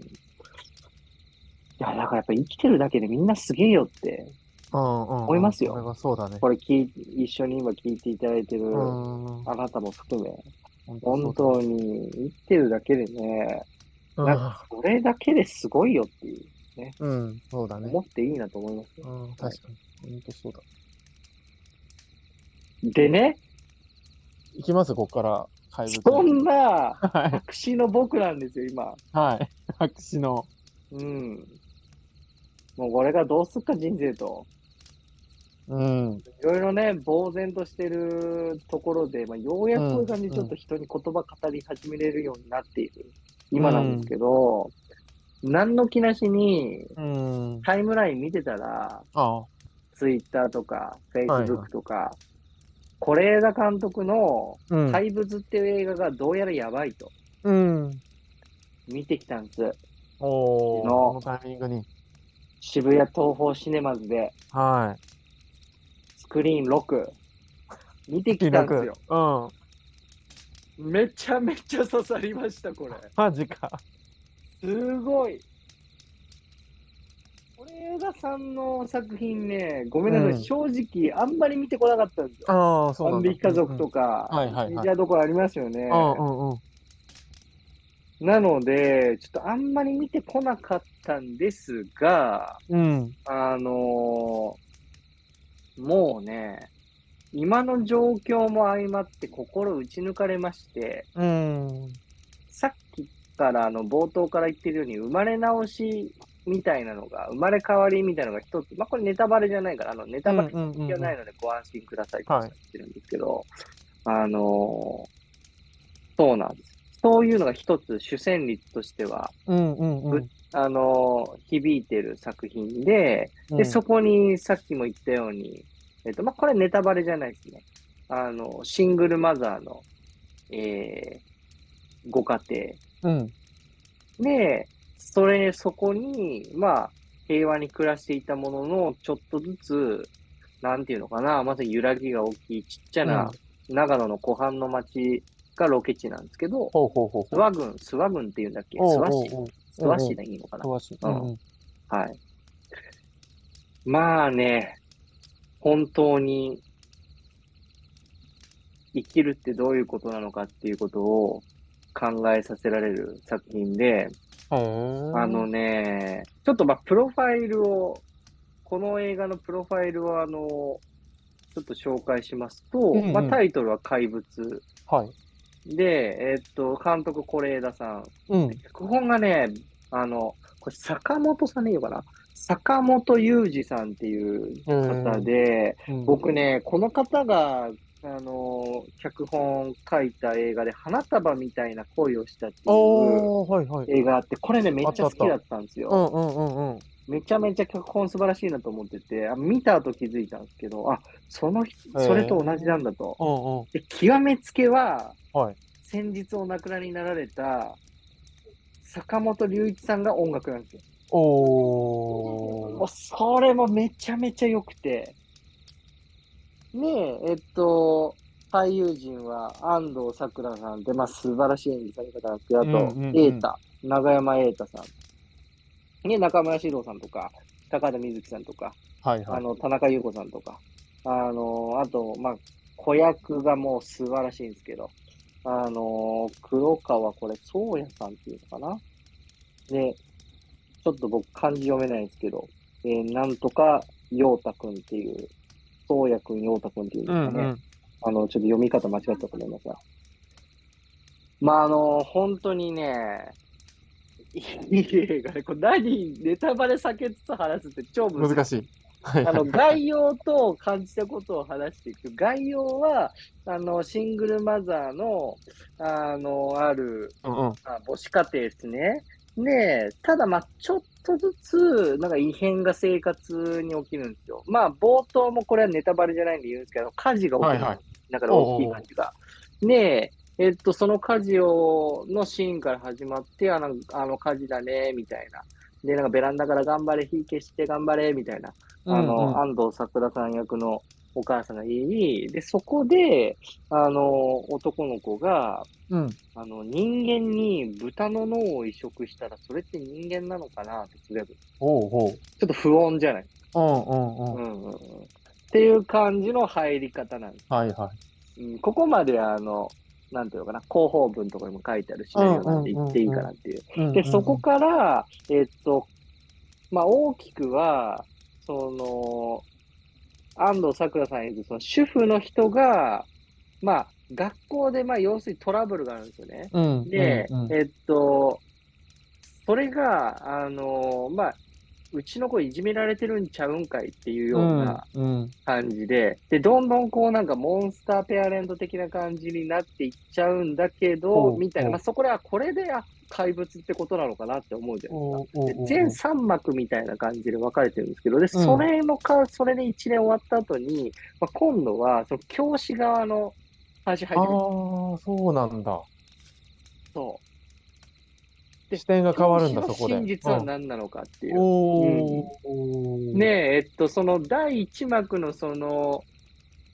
Speaker 3: や、だからやっぱ生きてるだけでみんなすげえよって、
Speaker 2: うん、うん。
Speaker 3: 思いますよ
Speaker 2: それはそうだね。
Speaker 3: これ聞い、一緒に今聞いていただいてる
Speaker 2: うん、
Speaker 3: あなたも含め、
Speaker 2: そう
Speaker 3: 本
Speaker 2: だね
Speaker 3: 当に生きてるだけでね、なんかそれだけですごいよっていう、
Speaker 2: うん、うん、そうだね
Speaker 3: 思。っていいなと思いますよ。
Speaker 2: うん、確かに。本当そうだ。
Speaker 3: でね、
Speaker 2: いきます、ここから、怪物。
Speaker 3: そんな、
Speaker 2: はい、
Speaker 3: 白紙の僕なんですよ、今。
Speaker 2: はい。白紙の。
Speaker 3: うん。もうこれがどうすっか人生と。
Speaker 2: うん、
Speaker 3: いろいろね、呆然としてるところで、まあ、ようやくこういう感じでちょっと人に言葉語り始めれるようになっている、今なんですけど、何の気なしに
Speaker 2: うん。
Speaker 3: タイムライン見てたら、
Speaker 2: ああ、
Speaker 3: ツイッターとか、フェイ
Speaker 2: はい
Speaker 3: スブックとか、是枝監督の
Speaker 2: うん。
Speaker 3: 怪物っていう映画がどうやらやばいと
Speaker 2: うん。
Speaker 3: 見てきたんです。
Speaker 2: おー、
Speaker 3: 昨日
Speaker 2: このタイミングに。
Speaker 3: 渋谷東宝シネマズで、
Speaker 2: はい。
Speaker 3: スクリーン6、見てきたんですよ。
Speaker 2: うん。
Speaker 3: めちゃめちゃ刺さりました、これ。
Speaker 2: マジか。
Speaker 3: すごい。これ、映画さんの作品ね、ごめんなさい、
Speaker 2: うん
Speaker 3: 正直、あんまり見てこなかったんですよ。
Speaker 2: ああ、そうな
Speaker 3: 万
Speaker 2: んだ。
Speaker 3: 引き家族とか、
Speaker 2: うんはいはいはい
Speaker 3: メジャーどころありますよ
Speaker 2: う。ん。
Speaker 3: ね
Speaker 2: うん、うん、うん。
Speaker 3: なので、ちょっとあんまり見てこなかったんですが、
Speaker 2: うん。
Speaker 3: あのーもうね、今の状況も相まって心打ち抜かれまして、
Speaker 2: うん。
Speaker 3: さっきからあの冒頭から言ってるように、生まれ直しみたいなのが、生まれ変わりみたいなのが一つ、まあ、これネタバレじゃないから、あのネタバレじ
Speaker 2: うんうんうんうん
Speaker 3: ゃないのでご安心くださいって言っ
Speaker 2: はい
Speaker 3: てるんですけど、あのーそうなんです。そういうのが一つ主戦率としては、
Speaker 2: うんうんうん。
Speaker 3: あのー響いてる作品で、
Speaker 2: う
Speaker 3: で、
Speaker 2: ん
Speaker 3: そこにさっきも言ったように、えっと、まあ、これネタバレじゃないですね。あの、シングルマザーの、えーご家庭
Speaker 2: うん。
Speaker 3: で、それ、そこに、まあ、平和に暮らしていたものの、ちょっとずつ、なんていうのかな、まず揺らぎが大きいちっちゃな、長野の湖畔の町がロケ地なんですけど、
Speaker 2: ほうほうほう
Speaker 3: 諏
Speaker 2: ほう。
Speaker 3: 訪郡、諏訪郡っていうんだっけ諏
Speaker 2: おう
Speaker 3: 訪市
Speaker 2: おう
Speaker 3: 諏訪市でいいのかな
Speaker 2: おう。素足。
Speaker 3: う
Speaker 2: うんん。
Speaker 3: はい。まあね、本当に生きるってどういうことなのかっていうことを考えさせられる作品で、
Speaker 2: へー
Speaker 3: あの、ね、ちょっとまあ、プロファイルを、この映画のプロファイルをあの、ちょっと紹介しますと、
Speaker 2: んうん
Speaker 3: まあ、タイトルは怪物
Speaker 2: はい。
Speaker 3: で、えっと、監督是枝さん。
Speaker 2: うん。
Speaker 3: 脚本がね、あの、これ坂本さんでいいのかな坂本裕二さんっていう方で、
Speaker 2: うん
Speaker 3: 僕ね、この方が、あの、脚本書いた映画で、花束みたいな恋をしたっていう
Speaker 2: おー、はいはい。
Speaker 3: 映画あって、これね、めっち
Speaker 2: あ
Speaker 3: ゃ好
Speaker 2: った
Speaker 3: き
Speaker 2: あった
Speaker 3: だったんですよ。
Speaker 2: うんうんうんうん。
Speaker 3: めちゃめちゃ脚本素晴らしいなと思ってて、あ見た後気づいたんですけど、あ、その人、
Speaker 2: へえ
Speaker 3: それと同じなんだと。
Speaker 2: うんうん。
Speaker 3: で、極めつけは、
Speaker 2: はい。
Speaker 3: 先日お亡くなりになられた、坂本龍一さんが音楽なんですよ。
Speaker 2: お
Speaker 3: もう
Speaker 2: ー。
Speaker 3: それもめちゃめちゃ良くて。ねえ、えっと、俳優陣は安藤サクラさんで、まあ素晴らしい演技され方なんですけど、あと、
Speaker 2: うんうんうん
Speaker 3: 瑛太、長山瑛太さん。ね、中村獅童さんとか、高田瑞生さんとか、
Speaker 2: はいは
Speaker 3: あ
Speaker 2: い。
Speaker 3: の、田中優子さんとか、あの、あと、まあ、子役がもう素晴らしいんですけど、あの、黒川、これ、宗谷さんっていうのかなで、ちょっと僕漢字読めないんですけど、えーなんとか、陽太くんっていう、宗谷くん、陽太くんっていうんで
Speaker 2: う
Speaker 3: す
Speaker 2: ん
Speaker 3: かね。
Speaker 2: うん。
Speaker 3: あの、ちょっと読み方間違ったと思いますが。まあ、あの、本当にね、いい映画で、これ何、ネタバレ避けつつ話すって超難しい
Speaker 2: 難しい。はい <laughs>
Speaker 3: あ
Speaker 2: はい
Speaker 3: の、概要と感じたことを話していく。概要は、あの、シングルマザーの、あの、ある、
Speaker 2: うんうん。
Speaker 3: あ母子家庭ですね。で、ただ、まあ、ちょっとずつ、なんか異変が生活に起きるんですよ。まあ、冒頭もこれはネタバレじゃないんで言うんですけど、火事が起きるんですよ。
Speaker 2: はいは
Speaker 3: だから大きい火事が。で、えっと、その火事を、のシーンから始まって、あの、あの火事だね、みたいな。で、なんかベランダから頑張れ、火消して頑張れ、みたいな。あの、安藤サクラさん役のお母さんが家に、で、そこで、あの、男の子が、
Speaker 2: うんうん。
Speaker 3: あの、人間に豚の脳を移植したら、それって人間なのかなってつぶやく。ち
Speaker 2: ほうほう。
Speaker 3: ょっと不穏じゃない、
Speaker 2: うんうんう
Speaker 3: う
Speaker 2: ん。
Speaker 3: んうんうん、っていう感じの入り方なんです。
Speaker 2: はいはい。
Speaker 3: うん、ここまであの、なんていうのかな、広報文とかにも書いてあるシナリオなんで言っていいかなっていう。
Speaker 2: うんうんうん
Speaker 3: で、そこから、えっと、まあ、大きくは、その、安藤サクラさん演じるその主婦の人が、まあ、学校で、まあ、要するにトラブルがあるんですよね。
Speaker 2: うんうん
Speaker 3: で、
Speaker 2: うん
Speaker 3: えっと、それが、あの、まあ、うちの子いじめられてるんちゃうんかいっていうような
Speaker 2: うん
Speaker 3: 感じで、で、どんどんこうなんかモンスターペアレント的な感じになっていっちゃうんだけ
Speaker 2: ほ
Speaker 3: ど、
Speaker 2: う
Speaker 3: みたい
Speaker 2: ほ
Speaker 3: な、
Speaker 2: う
Speaker 3: まあ、そこら、これで、あ、怪物ってことなのかなって思うじゃないですか。
Speaker 2: おーおー
Speaker 3: で
Speaker 2: おー
Speaker 3: 全3幕みたいな感じで分かれてるんですけど、で、それのか、それで1年終わった後に、まあ、今度は、その教師側の話入
Speaker 2: あ
Speaker 3: ってくる。
Speaker 2: あ、そうなんだ。
Speaker 3: そう。で
Speaker 2: 視点が変わるんだ、
Speaker 3: 教
Speaker 2: そ
Speaker 3: 師の
Speaker 2: こで。
Speaker 3: 真実は何なのかっていう。
Speaker 2: おお。
Speaker 3: ねえ、えっと、その第1幕のその、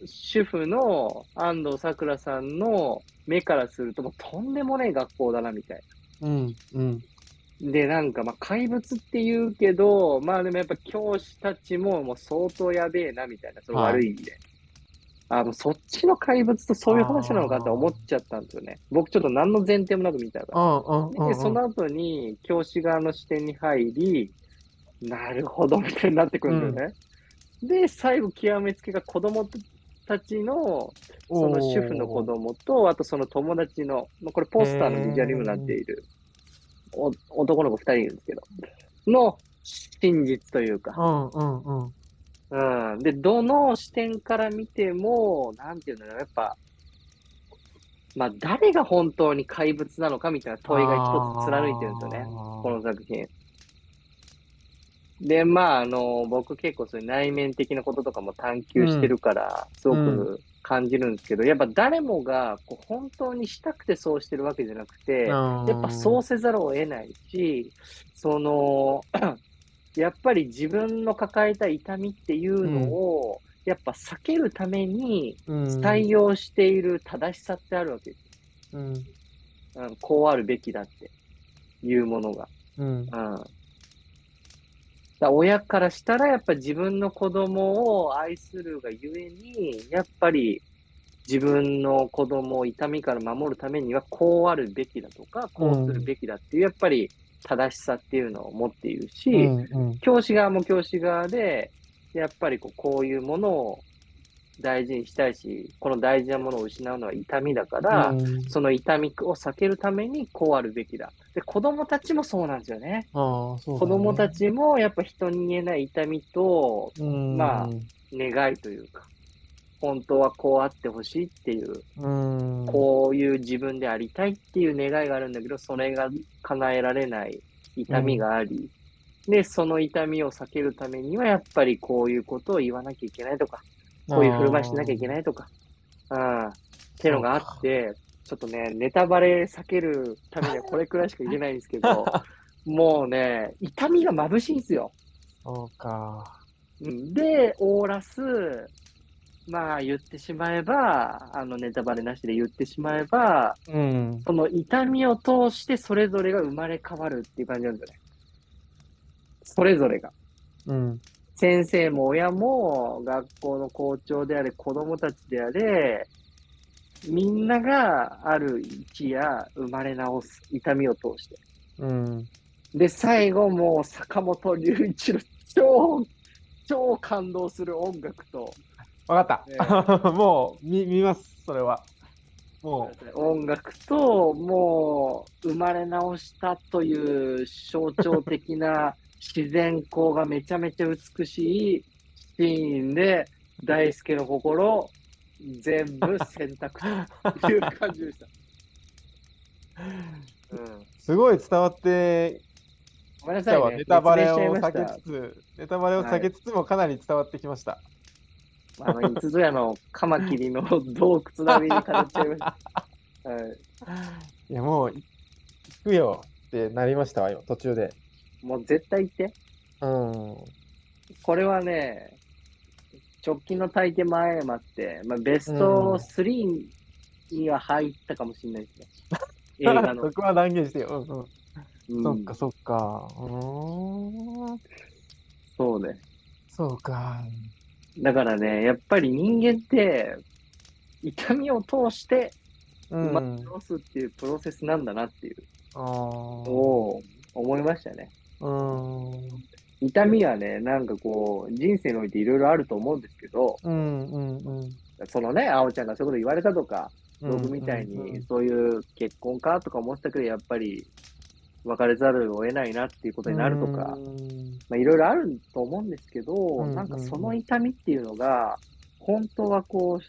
Speaker 3: 主婦の安藤サクラさんの目からすると、もうとんでもない学校だな、みたい
Speaker 2: うんうん。
Speaker 3: な。で、なんか、まあ、怪物って言うけど、まあでもやっぱ教師たちももう相当やべえな、みたいな、その
Speaker 2: はい
Speaker 3: 悪い意味で。あ、もうそっちの怪物とそういう話なのかって思っちゃったんですよね。僕ちょっと何の前提もなく見たから。
Speaker 2: うんうんうんう
Speaker 3: で、
Speaker 2: ん。
Speaker 3: その後に教師側の視点に入り、なるほど、みたいになってくるんだよね。で、最後、極めつけが子供たちの、その主婦の子供と、あとその友達の、まあこれポスターのビジュアルにもなっている、お男の子2人いるんですけど、の真実というか、
Speaker 2: うんうんうん。
Speaker 3: うん。で、どの視点から見ても、なんていうのかなやっぱ、まあ、誰が本当に怪物なのかみたいな問いが一つ貫いてるんですよね。この作品。で、まあ、あの、僕結構そういう内面的なこととかも探求してるから、すごく感じるんですけど、やっぱ誰もがこう本当にしたくてそうしてるわけじゃなくて、
Speaker 2: の
Speaker 3: やっぱそうせざるを得ないし、その、 <clears throat> やっぱり自分の抱えた痛みっていうのを、やっぱ避けるために採
Speaker 2: 対
Speaker 3: 用している正しさってあるわけです。
Speaker 2: うん
Speaker 3: うん、こうあるべきだっていうものが。
Speaker 2: うん
Speaker 3: うん。だから親からしたら、やっぱ自分の子供を愛するがゆえに、やっぱり自分の子供を痛みから守るためには、こうあるべきだとか、こうするべきだっていう、やっぱり正しさっていうのを持っているし、
Speaker 2: うんうん
Speaker 3: 教師側も教師側で、やっぱりこうこういうものを大事にしたいし、この大事なものを失うのは痛みだから、
Speaker 2: うん
Speaker 3: その痛みを避けるためにこうあるべきだ。で、子供たちもそうなんですよね。
Speaker 2: ああ、そうだ
Speaker 3: 子
Speaker 2: ね
Speaker 3: 供た、ちもやっぱ人に言えない痛みと
Speaker 2: うん、
Speaker 3: まあ願いというか、本当はこうあってほしいっていう、
Speaker 2: うん、
Speaker 3: こういう自分でありたいっていう願いがあるんだけど、それが叶えられない痛みがあり、で、その痛みを避けるためには、やっぱりこういうことを言わなきゃいけないとか、こういう振る舞いしなきゃいけ
Speaker 2: い。
Speaker 3: ないとか、うん、っていうのがあって、ちょっとね、ネタバレ避けるためにはこれくらいしか言えないんですけど、もうね、痛みが眩しいんですよ。
Speaker 2: <laughs> そうか。
Speaker 3: うんで、オーラス、まあ言ってしまえば、あのネタバレなしで言ってしまえば、
Speaker 2: うん。
Speaker 3: その痛みを通してそれぞれが生まれ変わるっていう感じなんですよね。それぞれが。
Speaker 2: うん。
Speaker 3: 先生も親も学校の校長であれ子供たちであれみんながある一夜生まれ直す痛みを通して
Speaker 2: うん。
Speaker 3: で最後もう坂本龍一の超超感動する音楽と
Speaker 2: わかった。 <laughs> もう、見、見ます、それは。も
Speaker 3: 音楽ともう生まれ直したという象徴
Speaker 2: <laughs>
Speaker 3: 的な自然光がめちゃめちゃ美しいシーンで大輔の心全部選択という感じでした。うん、
Speaker 2: う、すごい伝わって
Speaker 3: ごめんな
Speaker 2: きた
Speaker 3: さ
Speaker 2: わ。
Speaker 3: いね。
Speaker 2: ネタバレ
Speaker 3: 説
Speaker 2: を
Speaker 3: 明しちゃ
Speaker 2: 避
Speaker 3: いま
Speaker 2: け
Speaker 3: し
Speaker 2: つつ、ネタバレを避けつつもかなり伝わってきました。
Speaker 3: た。あの、五津山のカマキリの洞窟並みに語っちゃ
Speaker 2: <laughs>
Speaker 3: いました。はい
Speaker 2: いや、もう、行くよってなりましたわ、今、途中で。
Speaker 3: もう絶対言って。
Speaker 2: うん。
Speaker 3: これはね、直近の大会も相まって、まあ、ベスト3には入ったかもしれないですね。
Speaker 2: <laughs>
Speaker 3: 映画の
Speaker 2: そ。こは断言してよ。うんうん。
Speaker 3: うん
Speaker 2: そっか、そっか。うーん。
Speaker 3: そうね。
Speaker 2: そうか。
Speaker 3: だからね、やっぱり人間って、痛みを通して
Speaker 2: う
Speaker 3: 生
Speaker 2: ん。
Speaker 3: ま
Speaker 2: あ
Speaker 3: れ直すっていうプロセスなんだなっていう
Speaker 2: あ
Speaker 3: のを思いましたね。
Speaker 2: ー。うん。
Speaker 3: 痛みはね、なんかこう、人生においていろいろあると思うんですけど、
Speaker 2: うんうんうん。
Speaker 3: そのね、あおちゃんがそういうこと言われたとか、僕みたい
Speaker 2: うんうんう
Speaker 3: に
Speaker 2: ん、
Speaker 3: そういう結婚かとか思ってたけど、やっぱり別れざるを得ないなっていうことになるとか
Speaker 2: う、ん
Speaker 3: まあいろいろあると思うんですけど
Speaker 2: んうん、うん
Speaker 3: なんかその痛みっていうのが、本当はこ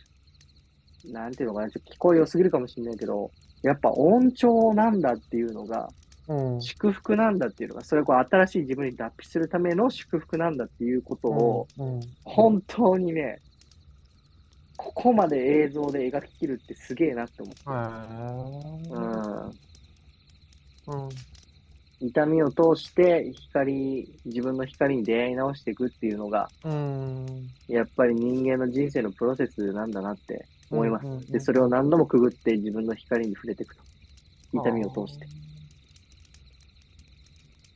Speaker 3: う、なんていうのかな、ちょっと聞こえ良すぎるかもしれないけど、やっぱ温調なんだっていうのが、
Speaker 2: うん
Speaker 3: 祝福なんだっていうのが、それこう新しい自分に脱皮するための祝福なんだっていうことを、
Speaker 2: うん
Speaker 3: 本当にね、ここまで映像で描ききるってすげえなって思って。
Speaker 2: はうん
Speaker 3: うん、痛みを通して光、自分の光に出会い直していくっていうのが、
Speaker 2: うん
Speaker 3: やっぱり人間の人生のプロセスなんだなって思います。
Speaker 2: うんうんうん
Speaker 3: で、それを何度もくぐって自分の光に触れていくと。痛みを通して。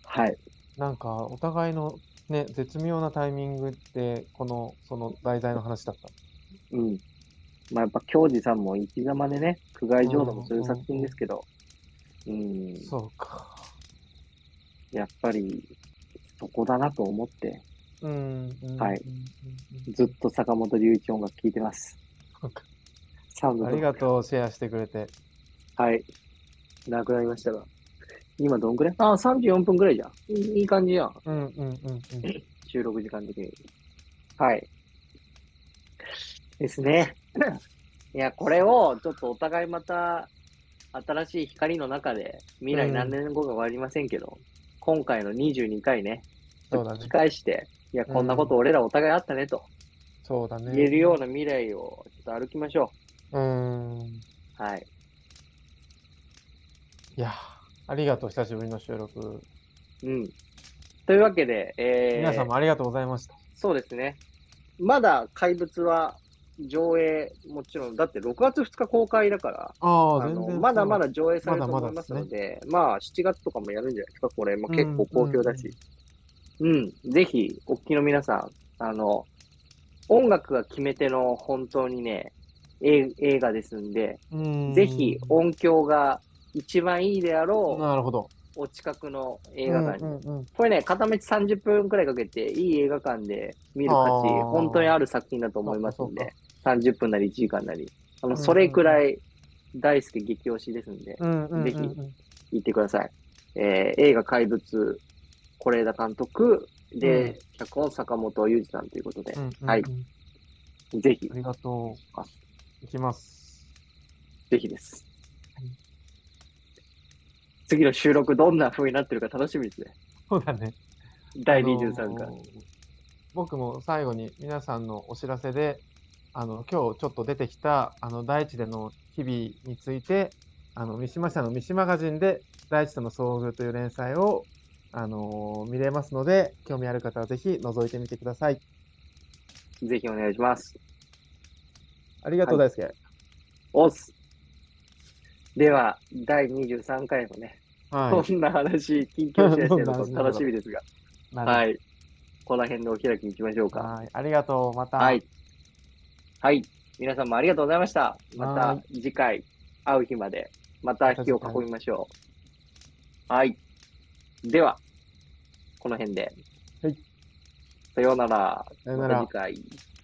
Speaker 3: はい。
Speaker 2: なんかお互いのね絶妙なタイミングってこのその題材の話だった
Speaker 3: うん。まあ、やっぱ、京二さんも生き様でね、苦外浄土もする作品ですけど、うん、
Speaker 2: そうか
Speaker 3: やっぱり、そこだなと思って、
Speaker 2: うんうん
Speaker 3: はい
Speaker 2: うんうん
Speaker 3: ずっと坂本龍一音楽聴いてます。
Speaker 2: そうか
Speaker 3: サウ <laughs> ンド
Speaker 2: ありがとうシェアしてくれて
Speaker 3: はい。なくなりましたが。今どんくらいあ、34分くらいじゃん。いいいい感じやん。
Speaker 2: うんうんうんうん
Speaker 3: 収録時間的に。はい。ですね。 <laughs> いや、これをちょっとお互いまた新しい光の中で、未来何年後かわかりませんけど、今回の22回ね、
Speaker 2: そう
Speaker 3: <laughs>
Speaker 2: だね
Speaker 3: 聞き返して、いや、こんなこと俺らお互いあったねと
Speaker 2: そうだね
Speaker 3: 言えるような未来をちょっと歩きましょ。
Speaker 2: うんいう
Speaker 3: はい。
Speaker 2: やありがとう久しぶりの収録
Speaker 3: うん。というわけで、えー、
Speaker 2: 皆さんもありがとうございました
Speaker 3: そうですね。まだ怪物は上映、もちろん、だって6月2日公開だから、
Speaker 2: あ
Speaker 3: あ
Speaker 2: あ全
Speaker 3: の
Speaker 2: 然
Speaker 3: まだまだ上映されると
Speaker 2: まだまだ
Speaker 3: 思いま
Speaker 2: で
Speaker 3: す
Speaker 2: すね
Speaker 3: ので、まあ7月とかもやるんじゃないですか、これ、まあ、
Speaker 2: うん
Speaker 3: 結構好評だし。うん、ぜひ、お聞きの皆さん、あの、音楽が決め手の本当にね、え映画ですんで、
Speaker 2: うん
Speaker 3: ぜひ音響が一番いいであろう
Speaker 2: なるほど
Speaker 3: お近くの映
Speaker 2: う
Speaker 3: 画
Speaker 2: ん
Speaker 3: 館に。
Speaker 2: うんうん
Speaker 3: これね、片道30分くらいかけて、いい映画館で見る価値
Speaker 2: あー、
Speaker 3: 本当にある作品だと思いますんで、30分なり1時間なり、あ
Speaker 2: うんう
Speaker 3: の、
Speaker 2: んうん
Speaker 3: それくらい大好き激推しですんで、
Speaker 2: うんうんうんうん
Speaker 3: ぜひ行ってください。えー映画怪物、是枝監督、
Speaker 2: う
Speaker 3: で、脚本坂本雄二さんということで
Speaker 2: う、んうん
Speaker 3: はいぜひ
Speaker 2: あ、りがとう
Speaker 3: あ。
Speaker 2: いきます。
Speaker 3: ぜひです
Speaker 2: はい。
Speaker 3: 次の収録どんな風になってるか楽しみですね。
Speaker 2: そうだね。
Speaker 3: 第23
Speaker 2: あ
Speaker 3: 回
Speaker 2: の。ー僕も最後に皆さんのお知らせで、あの、今日ちょっと出てきた、あの、大地での日々について、あの、三島社の三島マガジンで、大地との遭遇という連載を、あのー見れますので、興味ある方はぜひ覗いてみてください。
Speaker 3: ぜひお願いします。
Speaker 2: ありがとう、
Speaker 3: は
Speaker 2: 大輔。
Speaker 3: おっす。では、第23回もね、
Speaker 2: は
Speaker 3: こんな話、緊急試合してる
Speaker 2: ど
Speaker 3: の
Speaker 2: んな話
Speaker 3: 楽しみで
Speaker 2: <laughs>
Speaker 3: すが、
Speaker 2: い。なるほど
Speaker 3: はい。この辺でお開きに行きましょうか。
Speaker 2: はい。ありがとう。また。
Speaker 3: はい。はい。皆さんもありがとうございました。ま
Speaker 2: は
Speaker 3: た次回、会う日まで、また火を囲みましょう。はい。では、この辺で。
Speaker 2: はい。
Speaker 3: さようなら。
Speaker 2: さようなら
Speaker 3: また次回。